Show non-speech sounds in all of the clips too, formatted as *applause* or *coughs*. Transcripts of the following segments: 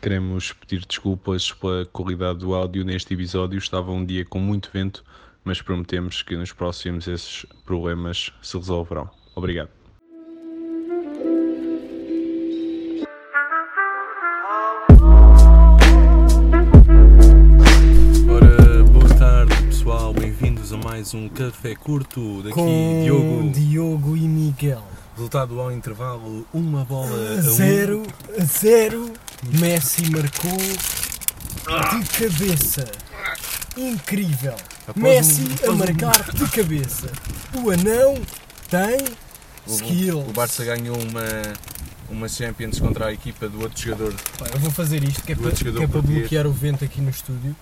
Queremos pedir desculpas pela qualidade do áudio neste episódio. Estava um dia com muito vento, mas prometemos que nos próximos esses problemas se resolverão. Obrigado. Ora, boa tarde pessoal, bem-vindos a mais um Café Curto, daqui com Diogo. Diogo e Miguel. Resultado ao intervalo, uma bola a zero a zero Messi marcou de cabeça. Incrível. Após Messi um- após a um- marcar de cabeça. O anão tem O- skill. O Barça ganhou uma, uma Champions contra a equipa do outro jogador. Pá, eu vou fazer isto que é Do para, outro jogador que é para português. bloquear o vento aqui no estúdio.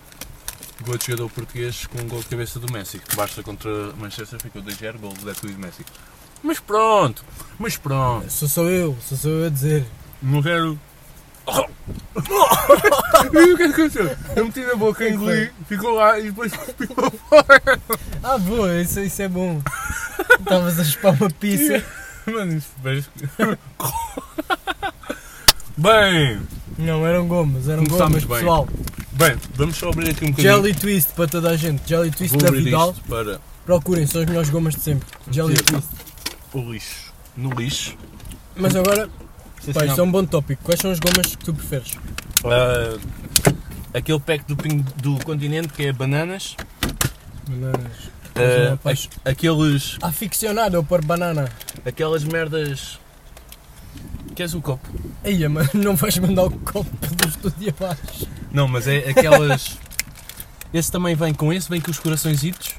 um gol de jogador português com um gol de cabeça do Messi. Barça contra Manchester ficou 2-0, gol do Deco e do Messi. Mas pronto, mas pronto, Sou só eu, sou só eu a dizer. não quero... *laughs* e o que é que aconteceu? Eu meti na boca, engoli, ficou lá e depois ficou fora. Ah, boa, isso, isso é *laughs* bom. Estavas a chupar uma pizza. Mano, isso parece que- *laughs* Bem, Não, eram gomas, eram Começámos bem. gomas, pessoal. bem, vamos só abrir aqui um bocadinho. Jelly Twist para toda a gente. Jelly Twist Vou da abrir Vidal. isto para Procurem, são as melhores gomas de sempre. Jelly Sim. Twist. o lixo. No lixo. Mas agora, pá, isto é senhor. um bom tópico. Quais são as gomas que tu preferes? Ah, aquele pack do, pin- do continente que é bananas. Bananas. Ah, não, pois. a- aqueles. Aficionado por banana. Aquelas merdas. Queres o copo? Eia, mas *laughs* não vais mandar o copo do estúdio abaixo. Não, mas *laughs* é aquelas. esse também vem com esse, vem com os coraçõezitos.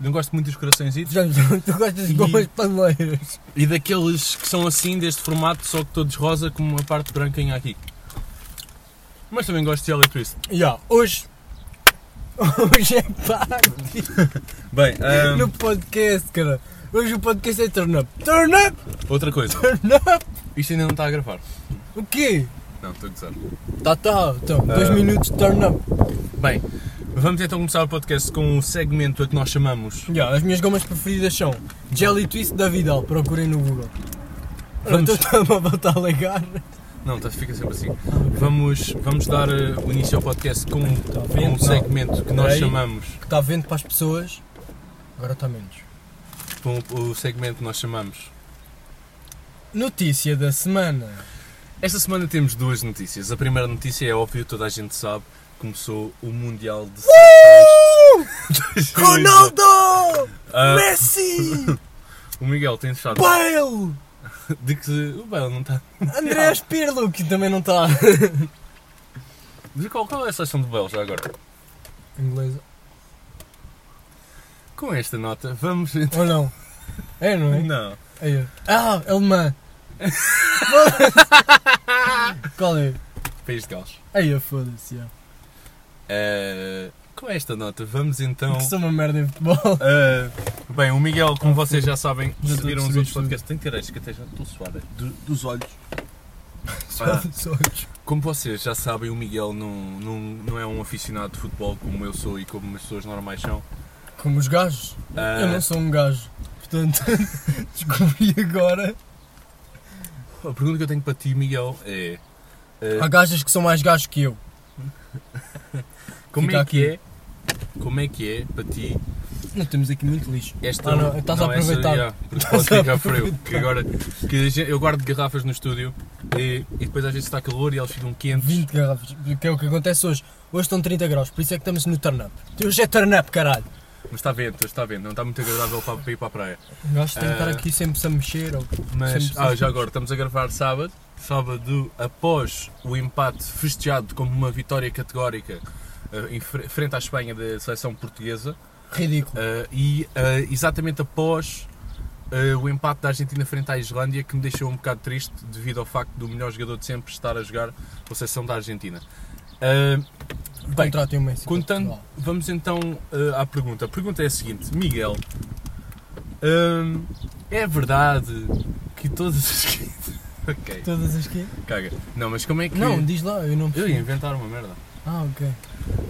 Não gosto muito dos coraçõezitos. Já me- Tu gostas de E- gomas paneleiras. E daqueles que são assim, deste formato, só que todos rosa, com uma parte branca em aqui. Mas também gosto de Jelly Twist. Ya, hoje. Hoje é party Bem, ah, no podcast, cara. Hoje o podcast é turn up. Turn up! outra coisa. Turn up! Isto ainda não está a gravar. O quê? Não, estou a gozar. Tá, tá, então. Dois minutos de turn up. Bem, vamos então começar o podcast com um segmento a que nós chamamos. Ya, as minhas gomas preferidas são Jelly Twist da Vidal, procurem no Google. Vamos. Vamos. Estou a voltar a alegar. Não, tá- fica sempre assim. Vamos, vamos dar eh, o início ao podcast com, com vendo? um Não. segmento que nós Peraí. chamamos. Que está vendo para as pessoas, agora está menos. Com o segmento que nós chamamos. Notícia da semana. Esta semana temos duas notícias. A primeira notícia é óbvio, toda a gente sabe. Começou o Mundial de Seleções. Uh! Ronaldo! Ah, Messi! o Miguel tem estado Bale! de que o Bale não tá- está. *laughs* Andrés Pirlo, que também não está. De qual, qual é a seleção do Bale já agora? Inglesa. Com esta nota, vamos então. Ou não? É, não é? Não. É. é. Ah, *laughs* alemã. Qual é? País de Gales. Aí, é, foda-se. ya. Uh, com esta nota, vamos então. Que sou uma merda em futebol. Uh, bem, o Miguel, como vocês já sabem, Ah, Já estou a seguiram os perceber outros tudo. podcasts. Tem que ter acho que até já estou suada do- dos olhos. *laughs* Ah, *laughs* Só olhos. como vocês já sabem, o Miguel não, não, não é um aficionado de futebol como eu sou e como as pessoas normais são. Como os gajos. Eu não Uh, sou um gajo. Portanto, *laughs* descobri agora. a pergunta que eu tenho para ti, Miguel, é. uh, Há gajas que são mais gajos que eu. como é Ah, fica que é? Como é que é para ti Não temos aqui muito lixo. Esta Ah, não, estás a essa, aproveitar. já, porque Estás pode a ficar frio. Que agora, que a gente- eu guardo garrafas no estúdio e, e depois às vezes está calor e elas ficam quentes. 20 garrafas, que é o que acontece hoje. Hoje estão 30 graus, por isso é que estamos no turn up. Hoje é turn up, caralho. Mas está vento, hoje está vento, não está muito agradável para, para ir para a praia. O Um gajo tem que estar Ah. aqui sempre a mexer. Ou... Mas, Sempre ah, sempre. já agora, estamos a gravar sábado. Sábado, após o empate festejado como uma vitória categórica eh, em fre- frente à Espanha da seleção portuguesa Ridículo. eh, e eh, exatamente após eh, o empate da Argentina frente à Islândia que me deixou um bocado triste devido ao facto do melhor jogador de sempre estar a jogar com a seleção da Argentina. Eh, bem, Contratem o Messi. Contando, Portugal. vamos então eh, à pergunta. A pergunta é a seguinte, Miguel. hum, é verdade que todas as *laughs* Ok, Todas as que? caga. Não, mas como é que. Não, diz lá, eu não Eu ia inventar uma merda. Ah, ok.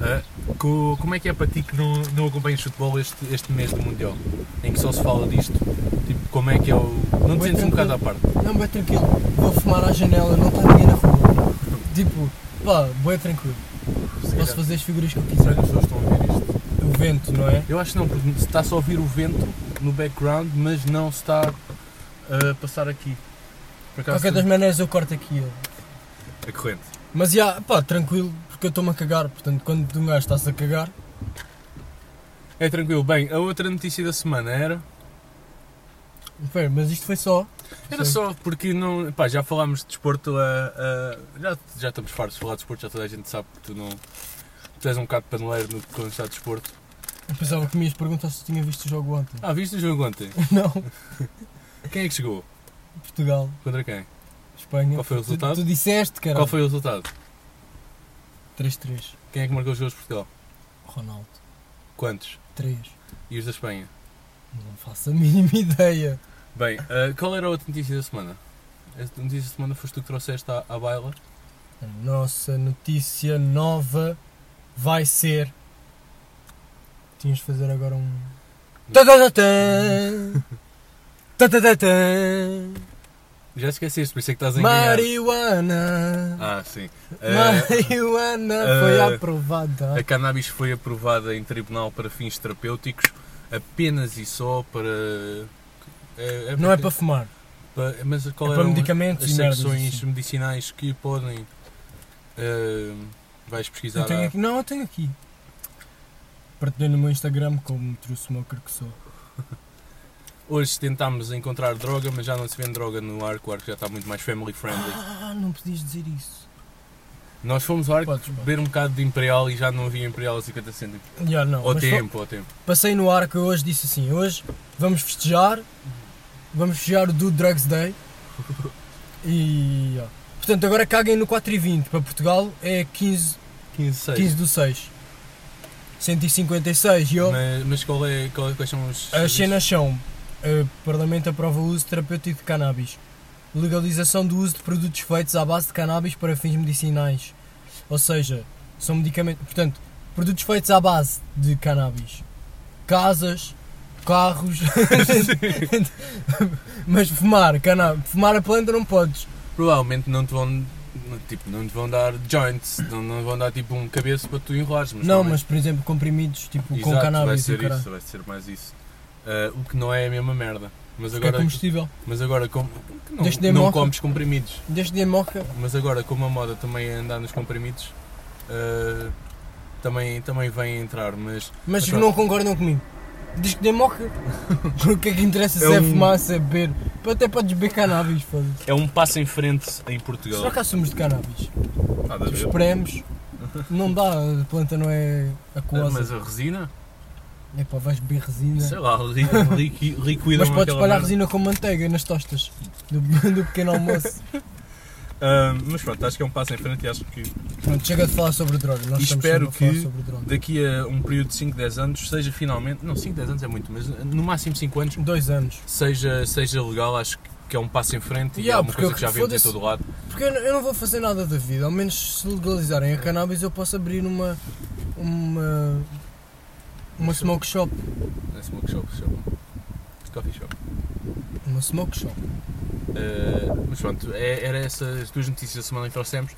Ah, co- como é que é para ti que não, não acompanhas futebol este, este mês do Mundial? Em que só se fala disto? Tipo, como é que é o. Não te Bem sentes um bocado à parte? Não, mas tranquilo. Vou fumar à janela, não está ninguém na rua. Tipo, Pá, boé tranquilo. Posso fazer as figuras que eu Será quiser. que as pessoas estão a ouvir isto? O vento, não é? Eu acho que não, porque se está só a ouvir o vento no background, mas não se está uh, a passar aqui. Por acaso, Qualquer das maneiras eu corto aqui. ó. a corrente. Mas já, pá, tranquilo, porque eu estou-me a cagar. Portanto, quando um gajo está-se a cagar, É tranquilo. Bem, a outra notícia da semana era. Espera, mas isto foi só. Era Sim. só porque não. Pá, já falámos de desporto. a- a- já, já estamos fartos de falar de desporto, já toda a gente sabe que tu não. Tu és um bocado paneleiro no que quando está de desporto. Eu pensava que me ias perguntar se tinha visto o jogo ontem. Ah, viste o jogo ontem? *laughs* Não, Quem é que chegou? Portugal, Contra quem? Espanha. Qual foi o Tu- resultado? Tu, disseste, cara. Qual foi o resultado? 3-3. Quem é que marcou os gols de Portugal? Ronaldo, Quantos? 3. E os da Espanha? Não faço a mínima *laughs* ideia. Bem, ah, qual era a outra notícia da semana? A notícia da semana foste tu que trouxeste à, à baila. A nossa notícia nova vai ser. Tinhas de fazer agora um. Tatatatã! *laughs* Tatatatã! Já esqueceste, por isso é que estás a enganar. Marihuana! Ah, sim. Ah, Marihuana ah, foi aprovada. a cannabis foi aprovada em tribunal para fins terapêuticos apenas e só para. é- Não é para fumar, para- Mas é qual para eram medicamentos as e merdas. secções assim. medicinais que podem. ah, vais pesquisar. Eu tenho à- aqui- não, eu tenho aqui. Partilhei no meu Instagram como true smoker que sou. Ah, Hoje tentámos encontrar droga, mas já não se vende droga no arco, o arco já está muito mais family friendly. Ah, não podias dizer isso. Nós fomos ao arco Podes, pá. beber um bocado de Imperial e já não havia Imperial a 50 cêntimos. Já não. Ao mas fa- tempo, ao tempo. Passei no arco e hoje disse assim, hoje vamos festejar, vamos festejar o Do Drugs *laughs* Day. E ó. Portanto, agora caguem no 4 e 20 para Portugal é 15, 15, 6. 15 do 6. 156 e eu. Mas, mas qual é, qual é, quais são os. As cenas são: eh, Parlamento aprova o uso terapêutico de cannabis, legalização do uso de produtos feitos à base de cannabis para fins medicinais, ou seja, são medicamentos, portanto, produtos feitos à base de cannabis, casas, carros, *laughs* mas fumar, cana- fumar a planta não podes. Provavelmente não te vão. não- Tipo, não te vão dar joints, não, não vão dar tipo um cabeço para tu enrolares. Mas não, mas provavelmente- por exemplo, comprimidos tipo com Exato, vai cannabis e o ser caralho. isso, vai ser mais isso. Ah, o que não é a mesma merda. Mas Porque é agora, combustível. mas agora como. que Não, Deixa de não moca. comes comprimidos. Desde de moca, Mas agora, como a moda também é andar nos comprimidos, ah, também, também vem entrar. Mas Mas Mas que não concordam comigo. Diz que *laughs* nem moca. o que é que interessa se É é um- fumar, se é beber? Pô, Até podes beber cannabis, foda-se. é um passo em frente em Portugal. Será que há sumos de cannabis? Há de Tipo, haver. espremos. Não dá, a planta não é Ah, aquosa. Mas é a resina? É pá, vais beber Sei resina. lá, li, liqui, liquidam Mas podes aquela espalhar merda. resina com manteiga nas tostas do, *laughs* do pequeno almoço. Ah, mas pronto, acho que é um passo em frente e acho que Pronto, chega de falar sobre droga. Nós E estamos espero sempre a que falar sobre droga. daqui a um período de 5, 10 anos seja finalmente. Não, 5, 10 anos é muito, mas no máximo 5 anos Dois anos. seja, seja legal. Acho que é um passo em frente e Yeah, é uma porque coisa eu- que já vemos em foda-se. todo o lado. Porque eu, não- eu não vou fazer nada da vida. Ao menos se legalizarem a cannabis eu posso abrir uma. uma. uma smoke shop. É smoke shop, chama. Coffee shop. Uma smoke shop. Uh, mas pronto, é, era essas duas notícias da semana que trouxemos.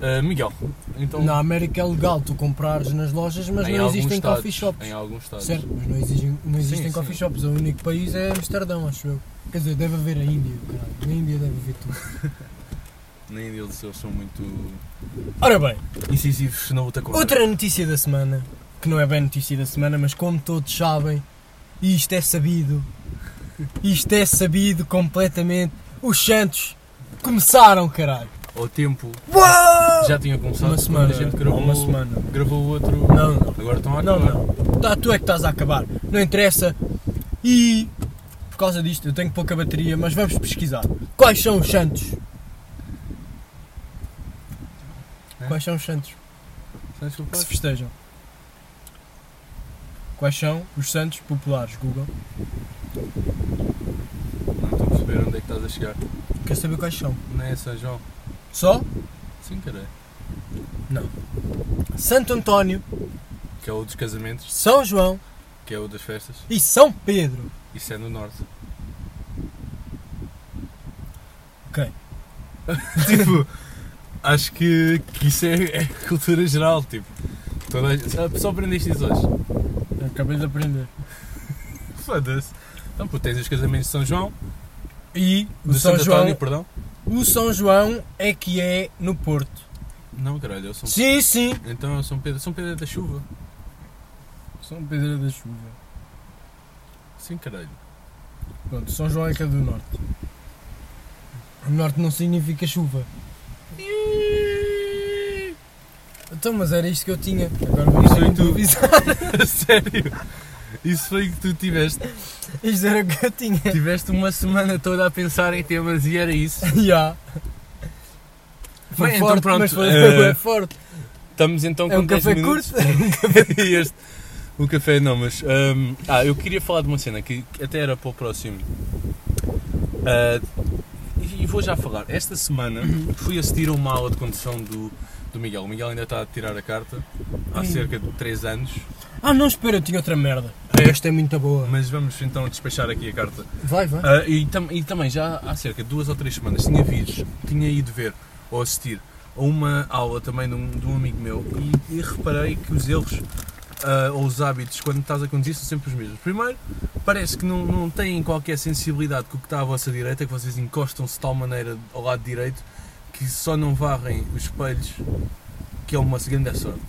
Uh, Miguel, então Na América é legal tu comprares nas lojas, mas Em não alguns existem estados, coffee shops. em alguns estados. Certo, mas não, exigem- não existem Sim, coffee sim. shops. O único país é Amsterdão, acho eu. Quer dizer, deve haver a Índia, caralho. Na Índia deve haver *laughs* tudo. Nem eles, eles são muito Ora bem, incisivos na luta contra. outra notícia da semana, que não é bem notícia da semana, mas como todos sabem, e isto é sabido, isto é sabido completamente, os Santos começaram, caralho. Ao tempo, Uau! já tinha começado Uma semana, quando a gente gravou, uma semana. gravou o outro. Não, não. Agora estão a Ah, Não, acabar. não. Tá, tu é que estás a acabar. Não interessa. E por causa disto eu tenho pouca bateria, mas vamos pesquisar. Quais são os Santos? É? Quais são os Santos Santos que se Populares? festejam? Quais são os Santos populares, Google? Não estou a perceber onde é que estás a chegar. Quer saber quais são? Não é São João? Só? Sim, caralho. Santo António, Que é o dos casamentos, São João que é o das festas. e São Pedro. Isso é no norte. Ok. *laughs* tipo, acho que, que isso é, é cultura geral, tipo. Toda a, a pessoa aprendeste isso hoje. Acabei de aprender. Foda-se. Então, pô, tens os casamentos de São João, E o de São, Santo António, João, perdão. o São João é que é no Porto. Não, caralho, eu sou Sim, sim. Então é o São Pedro. São Pedro é da chuva. São Pedro da Chuva. Sim, caralho. Pronto, São João é que é do Norte. O Norte não significa chuva. Então, mas era isto que eu tinha. Agora vamos Isso é ter foi que tu. *laughs* *laughs* improvisar. Sério? Isso foi o que tu tiveste. Isto era o que eu tinha. *laughs* Tiveste uma semana toda a pensar em temas e era isso. Já. Foi Bem, então forte, pronto, mas foi, eh, foi forte. Estamos então com É um 10 café minutos. *laughs* curto. E este- O café não, mas. hum, ah, eu queria falar de uma cena que que até era para o próximo. Ah, e e vou já falar. Esta semana fui assistir a uma aula de condução do, do Miguel. O Miguel ainda está a tirar a carta há Ei. cerca de 3 anos. Ah, não, espera, eu tinha outra merda. É. Esta é muito boa. Mas vamos então despachar aqui a carta. Vai, vai. Ah, e, tam- e também já há cerca de duas ou três semanas tinha vídeos, tinha ido ver ou assistir a uma aula também de um, de um amigo meu e, e reparei que os erros ah, ou os hábitos quando estás a conduzir são sempre os mesmos. Primeiro, parece que não, não têm qualquer sensibilidade com o que está à vossa direita, que vocês encostam-se de tal maneira ao lado direito que só não varrem os espelhos, que é uma grande sorte.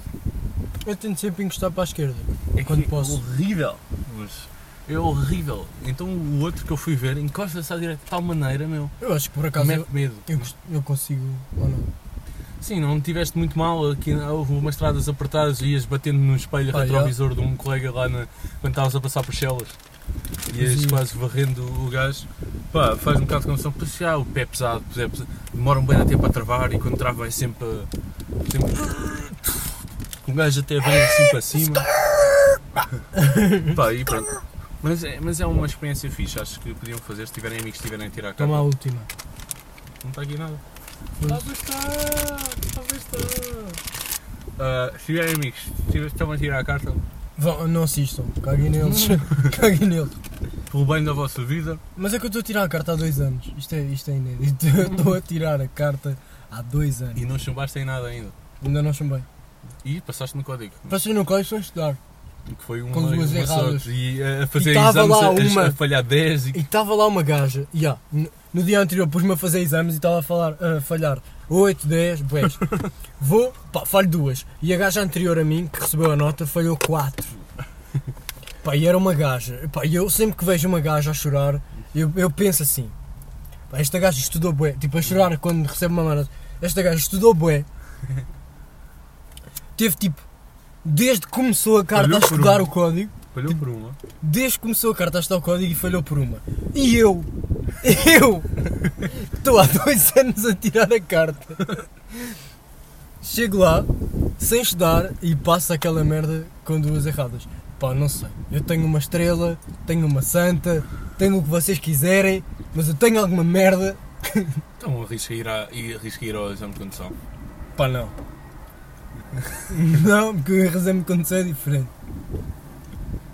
Eu tento sempre encostar para a esquerda. É Quando que posso. é horrível. Mas é horrível. Então o outro que eu fui ver encosta-se à direita de tal maneira, meu. Eu acho que por acaso eu, Mete medo. eu, cons- eu consigo. Ou não? Sim, não tiveste muito mal. Aqui houve umas estradas apertadas e ias batendo no espelho Pá, retrovisor de um colega lá na- quando estavas a passar por Chelas. Ias Sim. quase varrendo o gajo. Pá, faz um bocado de confusão. Pois já, o pé é pesado, pois é pesado. demora um bem a tempo a travar e quando trava é sempre. sempre... O gajo até vem assim para cima. Pá, e pronto. Mas é, mas é uma experiência fixe, acho que podiam fazer se tiverem amigos que estiverem a tirar a Toma a carta. última. Não está aqui nada. Pois. Talvez está! Talvez está! Uh, se tiverem amigos, se estão a tirar a carta, Vão, não assistam. *laughs* Caguem neles. Caguem neles. pelo bem da vossa vida, Mas é que eu estou a tirar a carta há dois anos. Isto é, isto é inédito. *laughs* Eu estou a tirar a carta há dois anos. e não chumbaste em nada ainda. Ainda não chumbei. E passaste no código. Passei no código só a estudar. Que foi uma, Com duas uma erradas. sorte. E uh, a fazer E tava exames, lá a- a- uma. a falhar 10 e E estava lá uma gaja. e ah, no, no dia anterior pus-me a fazer exames e estava a, falar- a falhar 8, *laughs* 10, bués. Vou, pá, falho duas. E a gaja anterior a mim, que recebeu a nota, falhou 4. Pá, e era uma gaja. Pá, e eu sempre que vejo uma gaja a chorar, eu, eu penso assim. Pá, esta gaja estudou bué. Tipo, a chorar quando recebe uma nota. Esta gaja estudou bué. *laughs* Teve tipo... Desde que começou a carta Olhou a por estudar um. o código, falhou por uma. Desde que começou a carta está o código e falhou por uma. E eu? *laughs* Eu? Estou há dois anos a tirar a carta. Chego lá, sem estudar, e passo aquela merda com duas erradas. Pá, não sei. Eu tenho uma estrela, tenho uma santa, tenho o que vocês quiserem, mas eu tenho alguma merda. Então arrisca ir, à, e arrisca ir ao exame de condução. Pá, não. não, porque o exame de condição é diferente.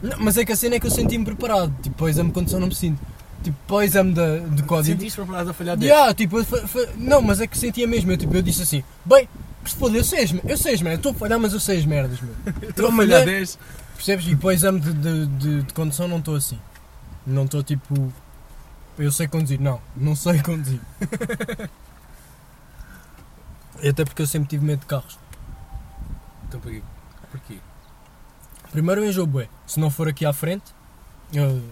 Não, mas é que a cena é que eu senti-me preparado. Tipo, para o exame de condição não me sinto. Tipo, para o exame da, do código. Sentiste preparado a falhar 10? Yeah, tipo, eu fa- fa- não, mas é que sentia mesmo. Eu, tipo, eu disse assim: bem, que se foda, eu sei as, me- eu sei as merdas. Estou a falhar, mas eu sei as merdas, meu. Estou a Trabalhei. falhar 10. Percebes? E para o exame de, de, de- de condução não estou assim. Não estou tipo. Eu sei conduzir. Não, não sei conduzir. *laughs* E Até porque eu sempre tive medo de carros. Então porquê? Porquê? Primeiro eu enjoo bué. Se não for aqui à frente, eu-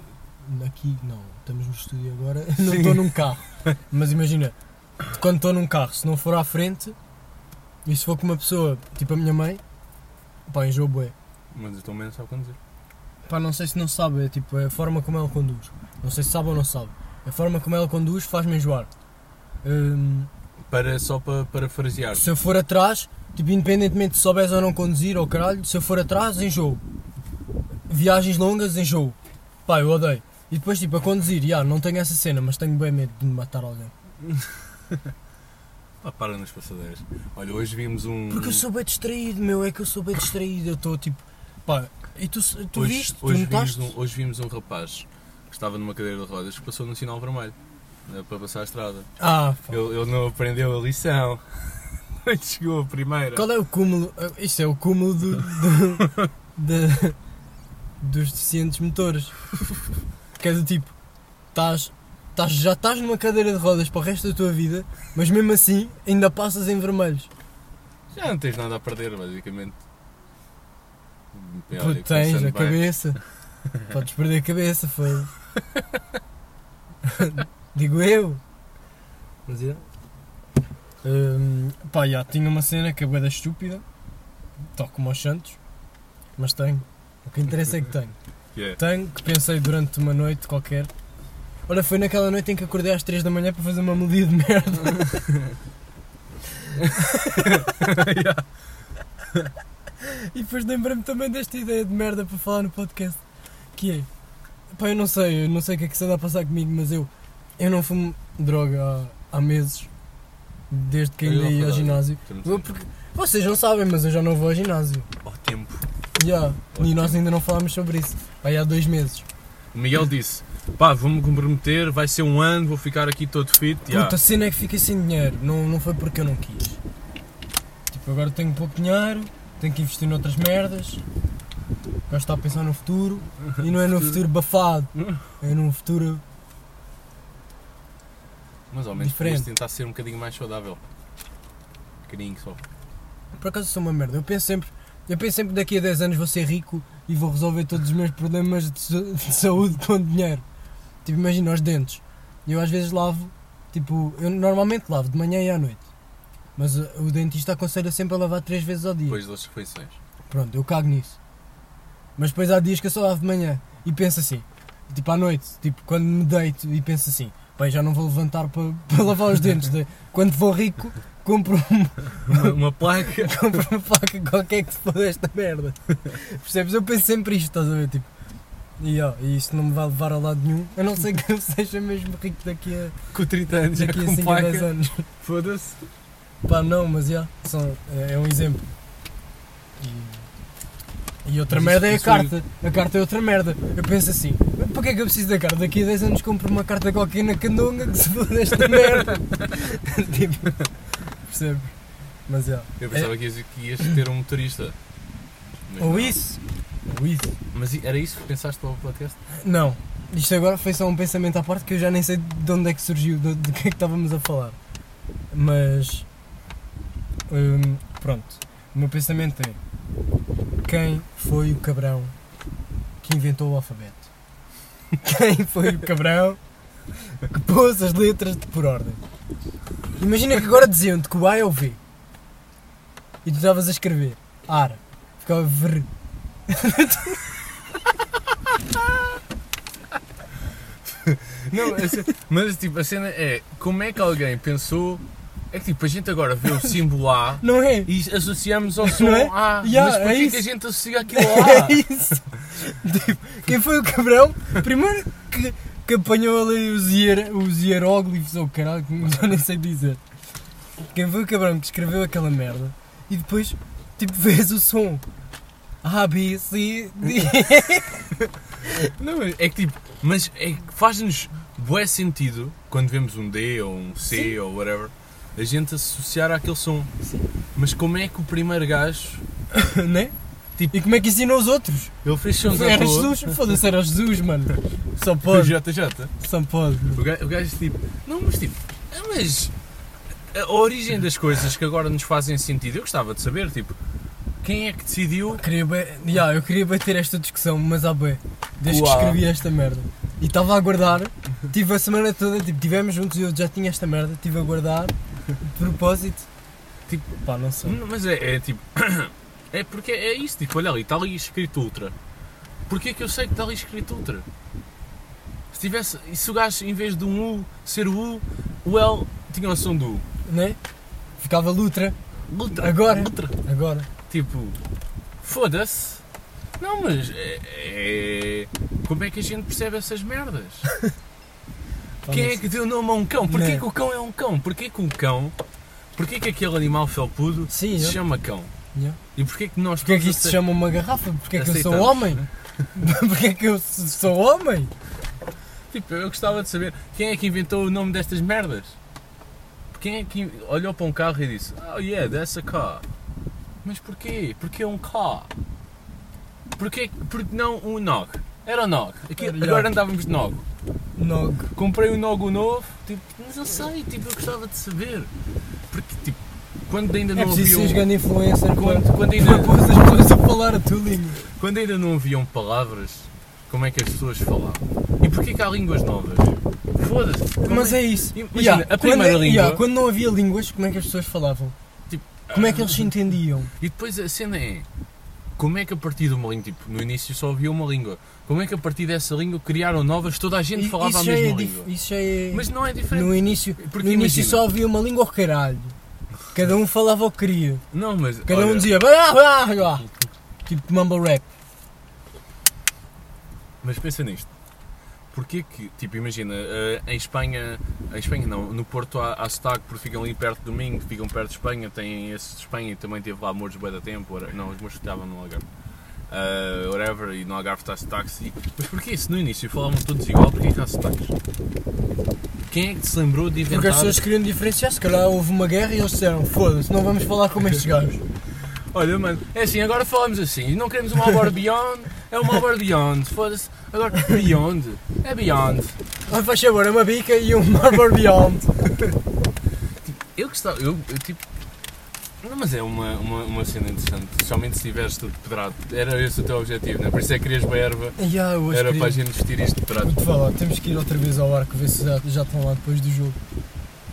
aqui não, estamos no estúdio agora, *laughs* não estou num carro. Mas imagina, quando estou num carro, se não for à frente, e se for com uma pessoa, tipo a minha mãe, pá, enjoo bué. Mas eu estou menos a conduzir. Pá, não sei se não sabe, é tipo, é a forma como ela conduz. Não sei se sabe ou não sabe. A forma como ela conduz faz-me enjoar. Hum, Para, só para parafrasear. se eu for atrás, tipo, independentemente se souberes ou não conduzir, ou caralho, se eu for atrás, enjoo. Viagens longas, enjoo. Pá, eu odeio. E depois, tipo, a conduzir, já, não tenho essa cena, mas tenho bem medo de me matar alguém. Pá, Ah, para nas passadeiras. Olha, hoje vimos um. Porque eu sou bem distraído, meu, é que eu sou bem distraído, eu estou, tipo, pá, e tu, tu Hoje, viste, tu hoje, vimos notaste? um, hoje vimos um rapaz que estava numa cadeira de rodas que passou no né, sinal vermelho eh, para passar a estrada. Ah, pá. Ele, ele não aprendeu a lição. *laughs* quando chegou a primeira. Qual é o cúmulo? ah, Isto é o cúmulo do, do- de- dos deficientes motores. Que é do tipo, estás, estás, já estás numa cadeira de rodas para o resto da tua vida, mas mesmo assim ainda passas em vermelhos. Já não tens nada a perder, basicamente. É, Olha, Puto, tens pensando a bem, cabeça. Podes perder a cabeça, foi. *laughs* Digo eu. Mas é. Hum, pá, já, tinha uma cena que é bué da estúpida. Tal como aos Santos. Mas tenho. O que interessa é que tenho. que é. Tenho que pensei durante uma noite qualquer. Olha, foi naquela noite em que acordei às 3 da manhã para fazer uma melodia de merda. *laughs* e depois lembrei-me também desta ideia de merda para falar no podcast. Que é. Pá, eu não sei, eu não sei o que é que se anda a passar comigo, mas eu. Eu não fumo droga há, há meses. Desde que Eu ainda não ia ao fumo. ginásio. Temos- Eu, porque, vocês não sabem, mas eu já não vou ao ginásio. Ao tempo. Yeah. E nós ainda não falámos sobre isso. Aí há dois meses. O Miguel disse: pá, vou-me comprometer, vai ser um ano, vou ficar aqui todo fit. já." Puta, a cena é que fiquei sem dinheiro. Não, não foi porque eu não quis. Tipo, agora tenho pouco dinheiro, tenho que investir noutras merdas. Gosto de estar a pensar no futuro. E não é no futuro bafado. É num futuro. Mas ao menos Diferente. vamos tentar ser um bocadinho mais saudável. Um bocadinho só. Por acaso sou uma merda. Eu penso sempre. Eu penso sempre que daqui a 10 anos vou ser rico e vou resolver todos os meus problemas de, sa- de saúde com dinheiro. Tipo, imagina os dentes. Eu às vezes lavo, tipo, eu normalmente lavo de manhã e à noite. Mas uh, o dentista aconselha sempre a lavar 3 vezes ao dia. Depois das refeições. Pronto, eu cago nisso. Mas depois há dias que eu só lavo de manhã e penso assim, tipo à noite, tipo quando me deito e penso assim, bem, já não vou levantar para, *laughs* para lavar os dentes. né? Quando for rico, compro, *laughs* um- Uma, uma placa. compro uma faca qualquer que se foda esta merda. Percebes? Eu penso sempre isto, estás a ver? Tipo, e, ó, e isto não me vai levar a lado nenhum. A não ser que eu *laughs* seja mesmo rico daqui a, Com 30 anos, já daqui a com 5 a 10 placa. anos. Foda-se. Pá, não, mas já, são- é, é um exemplo. E, e outra Mas merda é a isso- isso é- carta. A carta é outra merda. Eu penso assim, para que é que eu preciso da carta? Daqui a 10 anos compro uma carta qualquer na candonga que se foda esta merda. *laughs* tipo, percebe? Mas já. Eu pensava que, ias, que ias ter um motorista. Mas É. Ou não. isso. Ou isso. Mas i- era isso que pensaste para o podcast? Não. Isto agora foi só um pensamento à parte que eu já nem sei de onde é que surgiu, do do que é que estávamos a falar. Mas. hum, pronto. O meu pensamento é. Quem foi o cabrão que inventou o alfabeto? *laughs* Quem foi o cabrão que pôs as letras de- por ordem? Imagina que agora diziam-te que o A é o V. E tu estavas a escrever AR. Ficava VR. Não, a ce- mas tipo, a cena é como é que alguém pensou. É que tipo, a gente agora vê o símbolo A Não é? e associamos ao som Não é? A. Yeah, mas é porquê que a isso. gente associa aquilo *laughs* ao A? É isso. Tipo, quem foi o cabrão? Primeiro que, que apanhou ali os, hier, os hieróglifos, ou caralho, que já nem sei dizer. Quem foi o cabrão que escreveu aquela merda e depois, tipo, vês o som. A, B, C, *laughs* D. Não, mas é que tipo, mas é que faz-nos bué sentido quando vemos um D ou um C ou whatever, a gente associar àquele som. Mas como é que o primeiro gajo, né? Tipo, e como é que ensinou os outros? ele fez sons à Era toa, Jesus? Foda-se, era Jesus, mano. Só o pode, JJ, só pode. o gajo, o gajo tipo, não, mas tipo, ah, mas a origem das coisas que agora nos fazem sentido, eu gostava de saber, tipo, quem é que decidiu Queria bem, Ya, eu queria bater esta discussão, mas há bem, desde Uau. que escrevi esta merda. E estava a aguardar, tive a semana toda, tipo, tivemos juntos e eu já tinha esta merda, estive a guardar, de propósito. Tipo, pá, não sei. Não, Mas é, é tipo. *clears throat* É porque é isso, tipo, olha ali, está ali escrito Ultra. Porquê é que eu sei que está ali escrito Ultra? Se tivesse. E se o gajo, em vez de um U ser o U, o L tinha o som do U. Né? Ficava lutra, Ultra. Agora. Ultra. agora. Tipo. Foda-se. Não, mas. É, é- Como é que a gente percebe essas *laughs* merdas? Pá, Quem não é sei. que deu nome a um cão? Porquê Não. que o cão é um cão? Porquê que um cão. Porquê que aquele animal felpudo Sim, se eu. chama cão? Yeah. E porquê que nós Porquê é que todos isto se ace- chama uma garrafa? Porquê é que eu sou Aceitamos. homem? *laughs* Porquê é que eu s- sou homem? Tipo, eu gostava de saber quem é que inventou o nome destas merdas. quem é que olhou para um carro e disse Oh yeah, that's a car. Mas porquê? Porque é um car. Porquê? Porque não um nog? Era o nog. Aqui- Era o agora nog. andávamos de nog. Nog. Comprei um Nogo novo, tipo, mas eu sei, tipo, eu gostava de saber. Porque, tipo, quando ainda É não havia preciso seres um, grande influencer quando, quando para ainda, pôr as pessoas a falar a tua língua. quando ainda não haviam palavras, como é que as pessoas falavam? E porquê que há línguas novas? Foda-se. como Mas é é- isso. Imagina, Yeah, a primeira quando, língua- yeah, quando não havia línguas, como é que as pessoas falavam? Tipo, como é que eles se entendiam? E depois a cena é, como é que a partir de uma língua, tipo, no início só havia uma língua, como é que a partir dessa língua criaram novas, toda a gente I- falava a isso já mesma é dif- língua? Isso já é. Mas não é diferente. no início, Porque no início imagina. só havia uma língua ao caralho. Cada um falava o que queria. Não, mas. Cada olha, um dizia. "Blá, blá, blá", Tipo mumble rap. Mas pensa nisto. Porquê que, tipo, imagina, eh, em Espanha, em Espanha não, no Porto há, há sotaque porque ficam ali perto do Minho, ficam perto de Espanha, têm esse de Espanha e também teve lá Mouros bué da tempo, ora- não, os Mouros estavam no Algarve, Eh, whatever, e no Algarve está sotaques, e- mas porquê se no início falavam todos igual, porquê que há sotaques? Quem é que se lembrou de Porque inventar... as pessoas queriam diferenciar. Se calhar houve uma guerra e eles disseram: foda-se, não vamos falar como estes *laughs* gajos. Olha, mano, é assim, agora falamos assim, não queremos uma Malboro Beyond, é uma Malboro Beyond, foda-se, agora Beyond, é Beyond. Ah, faz favor, é uma bica e um *laughs* Marble Beyond. Eu gostava, eu, eu, tipo. Não, mas é uma, uma, uma cena interessante, especialmente se tiveres tudo pedrado. Era esse o teu objetivo, não é? Por isso é que querias boa erva, Yeah, eu hoje era queria- para a gente vestir isto de pedrado. Vou-te falar, temos que ir outra vez ao arco ver se já, já estão lá depois do jogo.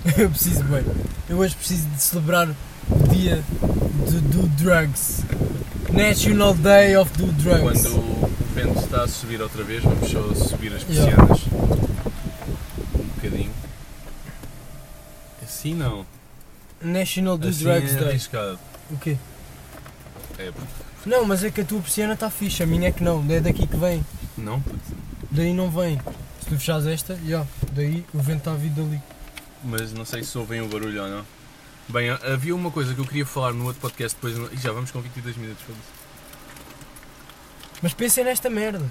*laughs* Eu preciso, bem, eu hoje preciso de celebrar o dia de- do drugs. National Day of do Drugs. Quando o vento está a subir outra vez, vamos só subir as Yeah. persianas. Um bocadinho. Assim não. National do assim é Drugs Day. arriscado. O quê? É, puto. Não, mas é que a tua persiana está fixa, a minha é que não, é daqui que vem, não, puto. daí não vem. Se tu fechares esta, yeah, daí o vento está a vir dali. Mas não sei se ouvem o barulho ou não. Bem, havia uma coisa que eu queria falar no outro podcast depois. Ih, já vamos com 22 minutos, foda-se. Mas pensem nesta merda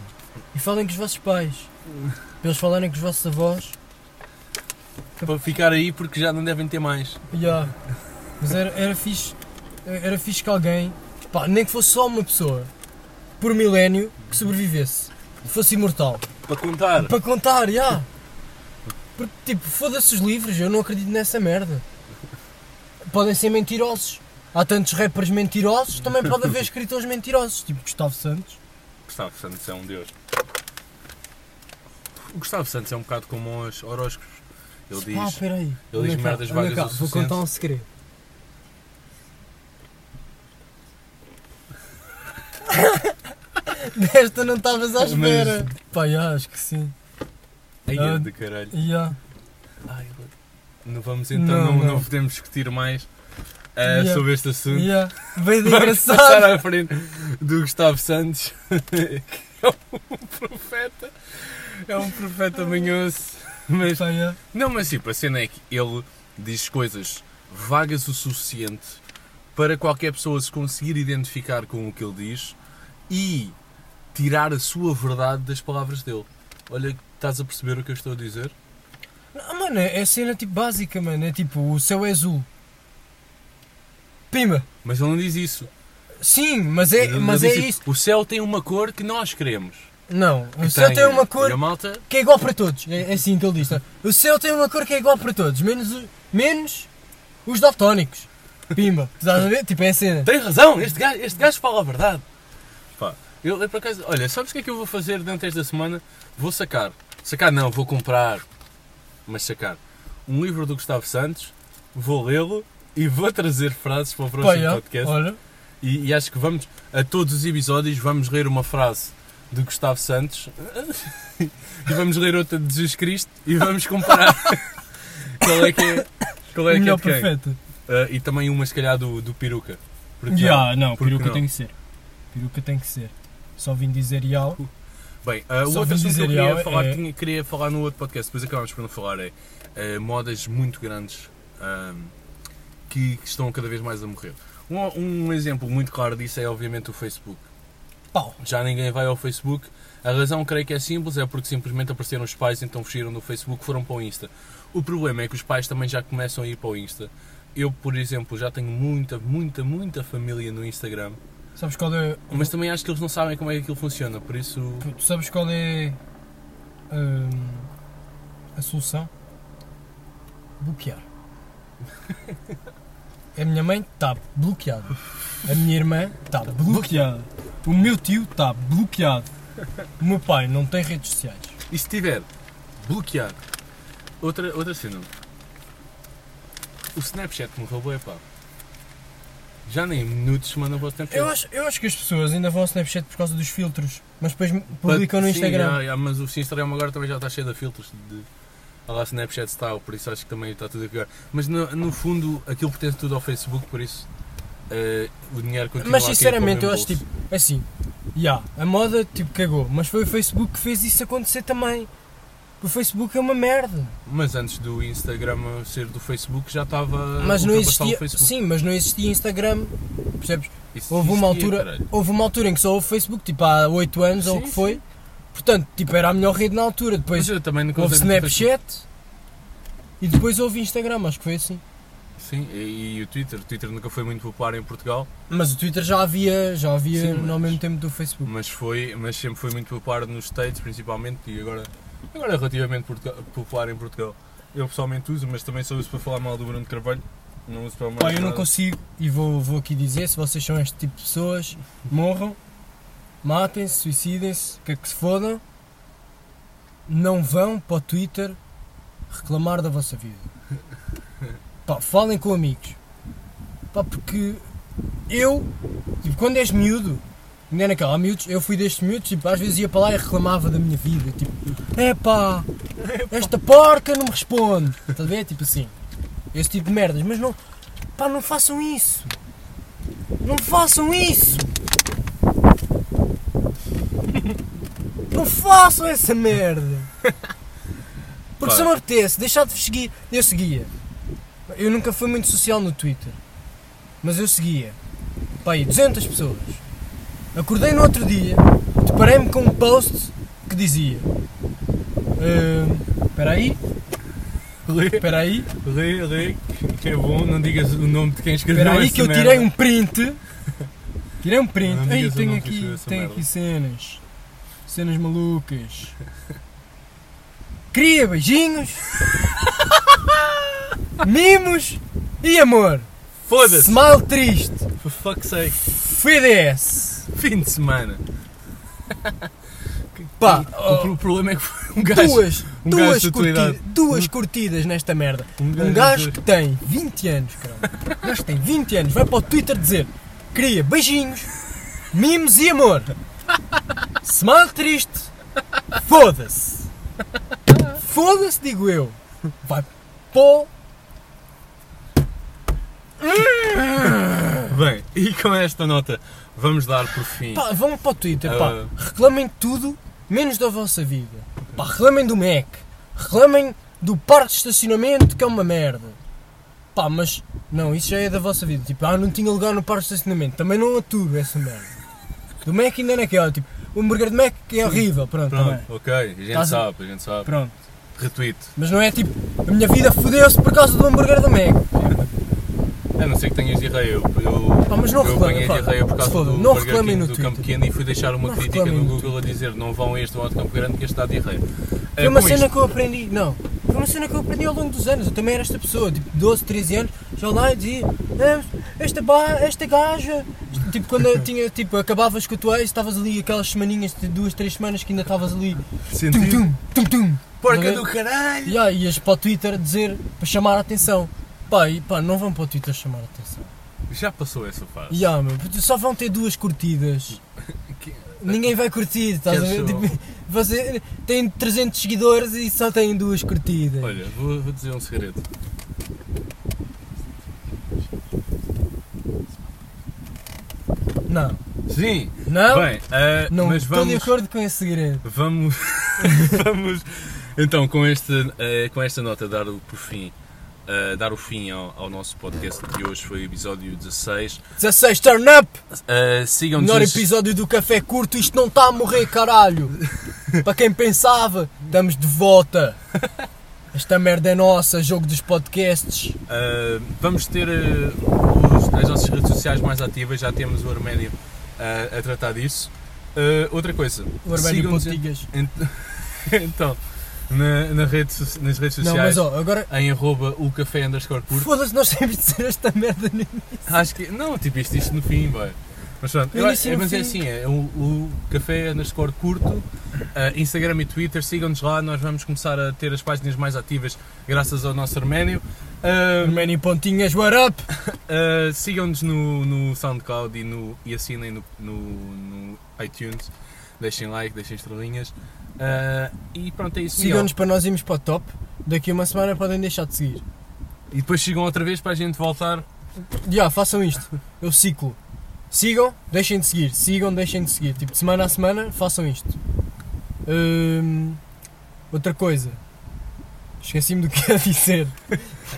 e falem com os vossos *laughs* pais, para eles falarem com os vossos avós. Para ficar aí porque já não devem ter mais. Ya. Mas era, era fixe. Era fixe que alguém, pá, nem que fosse só uma pessoa, por milénio, que sobrevivesse. que Fosse imortal. Para contar. Para contar, já. Porque, tipo, foda-se os livros, eu não acredito nessa merda. Podem ser mentirosos. Há tantos rappers mentirosos, também pode haver escritores mentirosos, tipo Gustavo Santos. Gustavo Santos é um deus. O Gustavo Santos é um bocado como os horóscopos. Ele Pá, diz. peraí. ele Anda diz cá, merdas anda vagas cá, o Vou suficiente. contar um segredo. *laughs* Desta não estavas à espera. Pá, já, acho que sim. Ai, Ah. de caralho. Já. Ai, não vamos então, Não, não, não. não podemos discutir mais eh, Yeah. sobre este assunto. *laughs* já. Veio de Vamos passar engraçado. à frente do Gustavo Santos, *laughs* que é um profeta. É um profeta manhoso. Mas Pá, já. Não, mas tipo, a cena é que ele diz coisas vagas o suficiente para qualquer pessoa se conseguir identificar com o que ele diz e tirar a sua verdade das palavras dele. Olha, estás a perceber o que eu estou a dizer? Ah, mano, é é cena tipo básica, mano. É tipo, o céu é azul. Pima. Mas ele não diz isso. Sim, mas é, Ele- ele mas diz, é tipo, isso. O céu tem uma cor que nós queremos. Não, o céu tem uma cor E a malta, que é igual para todos. É, é assim que ele diz. tá? O céu tem uma cor que é igual para todos, menos, o- menos os daltónicos. Pimba, tu estás a ver? Tipo, é a cena. tem razão, este gajo, este gajo fala a verdade. Pá, eu, eu por acaso, olha, sabes o que é que eu vou fazer durante esta semana? Vou sacar. Sacar não, vou comprar. Mas sacar. Um livro do Gustavo Santos, vou lê-lo e vou trazer frases para o próximo Pá, já, podcast. é Olha, E, e acho que vamos, a todos os episódios, vamos ler uma frase de Gustavo Santos *laughs* e vamos ler outra de Jesus Cristo e vamos comparar *laughs* qual é que é, qual é, que é melhor de quem. perfeito. Ah, e também uma, se calhar, do, do Peruca. Porque Já, não, Porque peruca não? tem que ser. Peruca tem que ser. Só vim dizer iau. Uh. Bem, ah, o Só outro vim assunto que eu dizer queria eu, falar, é- tinha- queria falar no outro podcast, depois acabámos por não falar, é ah, modas muito grandes ahm, um que, que estão cada vez mais a morrer. Um, um exemplo muito claro disso é, obviamente, o Facebook. Pau. já ninguém vai ao Facebook. A razão creio que é simples, é porque simplesmente apareceram os pais, então fugiram do Facebook foram para o Insta. O problema é que os pais também já começam a ir para o Insta. Eu, por exemplo, já tenho muita, muita, muita família no Instagram, Sabes qual é. mas também acho que eles não sabem como é que aquilo funciona, por isso. Tu sabes qual é. hum, a solução? *laughs* Bloquear. A minha mãe está bloqueada. A minha irmã está Tá bloqueada. O meu tio está bloqueado. O meu pai não tem redes sociais. E se tiver bloqueado? Outra, outra cena. O Snapchat morreu, bué, pá. Já nem minutos se mandam para o Snapchat. Eu acho, eu acho que as pessoas ainda vão ao Snapchat por causa dos filtros, mas depois But- publicam no sim, Instagram. já, já, mas o Instagram agora também já está cheio de filtros de a lá Snapchat style, por isso acho que também está tudo a pior. Mas no, no fundo aquilo pertence tudo ao Facebook, por isso eh, o dinheiro continua Mas a cair sinceramente, para o eu mesmo acho tipo, assim, já, a moda tipo cagou, mas foi o Facebook que fez isso acontecer também. O Facebook é uma merda. bolso. Mas antes do Instagram ser do Facebook já estava mas ultrapassado não existia, Ah, o Facebook. sim, mas não existia Instagram, percebes? Isso Houve uma existia, altura, caralho. houve uma altura em que só houve Facebook, tipo há 8 anos ou o Sim, que sim. foi. Portanto, tipo, era a melhor rede na altura, Mas depois eu também nunca houve usei muito Facebook. Snapchat e depois houve Instagram, acho que foi assim. Sim, e, e o Twitter. O Twitter nunca foi muito popular em Portugal, Mas o Twitter já havia, já havia Sim, mas- no mesmo tempo do Facebook. mas, foi, mas sempre foi muito popular nos States principalmente e agora, agora é relativamente portu- popular em Portugal. Eu pessoalmente uso, mas também só uso para falar mal do Bruno de Carvalho. Não é uso para mais Pá, eu não nada. consigo, e vou, vou aqui dizer, se vocês são este tipo de pessoas, morram, matem-se, suicidem-se, que é que se fodam, não vão para o Twitter reclamar da vossa vida. Pá, falem com amigos. Pá, porque eu, tipo, quando és miúdo, ainda é naquela, há miúdos, eu fui destes miúdos, tipo, às vezes ia para lá e reclamava da minha vida, tipo, epá, esta porca não me responde, estás a ver? Tipo assim, esse tipo de merdas, mas não, Pá, não façam isso! Não façam isso! Não façam essa merda! Porque se Pá. eu me apetece, deixar de vos seguir. Eu seguia. Eu nunca fui muito social no Twitter. Mas eu seguia. Pá, aí 200 pessoas. Acordei no outro dia, deparei-me com um post que dizia. "Ahm, Espera aí, Lê, espera aí. lê, lê, que é bom, não digas o nome de quem escreveu Espera aí é essa que eu merda. tirei um print. Tirei um print. Não Ei, digas o tenho nome que escreveu aqui, essa tenho merda. aqui cenas. Cenas malucas. *laughs* Queria beijinhos. mimos e amor. Foda-se, Smile triste. for fuck's sake. FDS. Fim de semana. Pá, O, pro- o problema é que foi um gajo... duas, um gajo duas, da tua curti- idade. duas curtidas nesta merda. Um gajo Um da gajo que tem 20 anos, caralho. Um gajo que tem 20 anos vai para o Twitter dizer queria beijinhos, mimos e amor. Smile triste, foda-se. Foda-se, digo eu. Vai pô. Bem, e com esta nota vamos dar por fim. Pá, vão para o Twitter, pá. Ah. Reclamem de tudo, menos da vossa vida. Pá, reclamem do Mac. Reclamem do parque de estacionamento, que é uma merda. Pá, mas não, isso já é da vossa vida. Tipo, ah, não tinha lugar no parque de estacionamento. Também não aturo essa merda. Do Mac ainda naquela, tipo, o hambúrguer de Mac é horrível. Pronto, Pronto, também. ok, a gente Estás a- sabe, a gente sabe. Pronto. Retweet. Mas não é tipo, a minha vida fodeu-se por causa do hambúrguer do Mac. A não ser que tenhas diarreia. Eu, eu, Pá, mas não eu reclamem, apanhei pá. diarreia por Se causa foda, do não Burger reclamem King do no Twitter. Campo Pequeno e fui deixar uma Não crítica reclamem no no Google a dizer não vão a este ou ao de Campo Grande que este dá diarreia. Foi Eh, uma com cena isto, que eu aprendi. Não. Foi uma cena que eu aprendi ao longo dos anos. Eu também era esta pessoa, tipo 12, 13 anos, já lá e dizia, "Ah, esta, ba- esta gaja. Tipo, quando eu tinha, tipo, acabavas com a tua ex, estavas ali aquelas semaninhas, de duas, três semanas que ainda estavas ali. Tum, senti tum, tum, tum. Porca Estás a do ver? caralho! E aí ias para o Twitter dizer, para chamar a atenção. Pá, e pá, não vão para o Twitter chamar a atenção. Já passou essa fase. E ah, meu, porque só vão ter duas curtidas. Que- Ninguém vai curtir, estás a ver? Quero só- Tipo, *laughs* você tem 300 seguidores e só tem duas curtidas. Olha, vou, vou dizer um segredo. Não. Sim! Não? Bem, eh, não mas estou de vamos. acordo com esse segredo. *laughs* Vamos. vamos. Então, com esta, eh, com esta nota, dar o por fim uh, dar o fim ao, ao nosso podcast de hoje. Foi o episódio 16. 16 turn up! Uh, Sigam-nos. Melhor nas- episódio do Café Curto, isto não está a morrer, *laughs* caralho! Para quem pensava, estamos de volta! Esta merda é nossa, jogo dos podcasts. Uh, vamos ter uh, os- as nossas redes sociais mais ativas, já temos o Arménio uh, a tratar disso. Uh, outra coisa, O Arménio sigam-nos Pontigas. *laughs* ent- então na, na rede so- nas redes Não, sociais mas ó, agora. em arroba o café underscore curto. Foda-se, nós temos de dizer esta merda. né? Acho que. Não, tipo isto, isto no fim, vai. Mas pronto, No eu- início e é, no mas é fim. assim, é o, o café underscore curto, eh, Instagram e Twitter, sigam-nos lá, nós vamos começar a ter as páginas mais ativas graças ao nosso Arménio. Ah, Arménio Pontinhas, what up? ah, sigam-nos no, no SoundCloud e, no, e assinem no, no- no iTunes, deixem like, deixem estrelinhas. Ah, e pronto, é isso. Miguel. Sigam-nos para nós irmos para o top. Daqui a uma semana podem deixar de seguir. E depois sigam outra vez para a gente voltar. Já, façam isto. Eu ciclo. Sigam, deixem de seguir. Sigam, deixem de seguir. Tipo, de semana a semana, façam isto. Hum, outra coisa. Esqueci-me do que *laughs* ia dizer.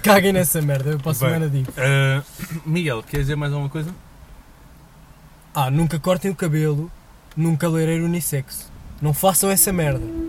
Caguem nessa merda, eu para a Bem. semana digo. Ah, *coughs* Miguel, queres dizer mais alguma coisa? Ah, nunca cortem o cabelo num cabeleireiro unissex. Não façam essa merda.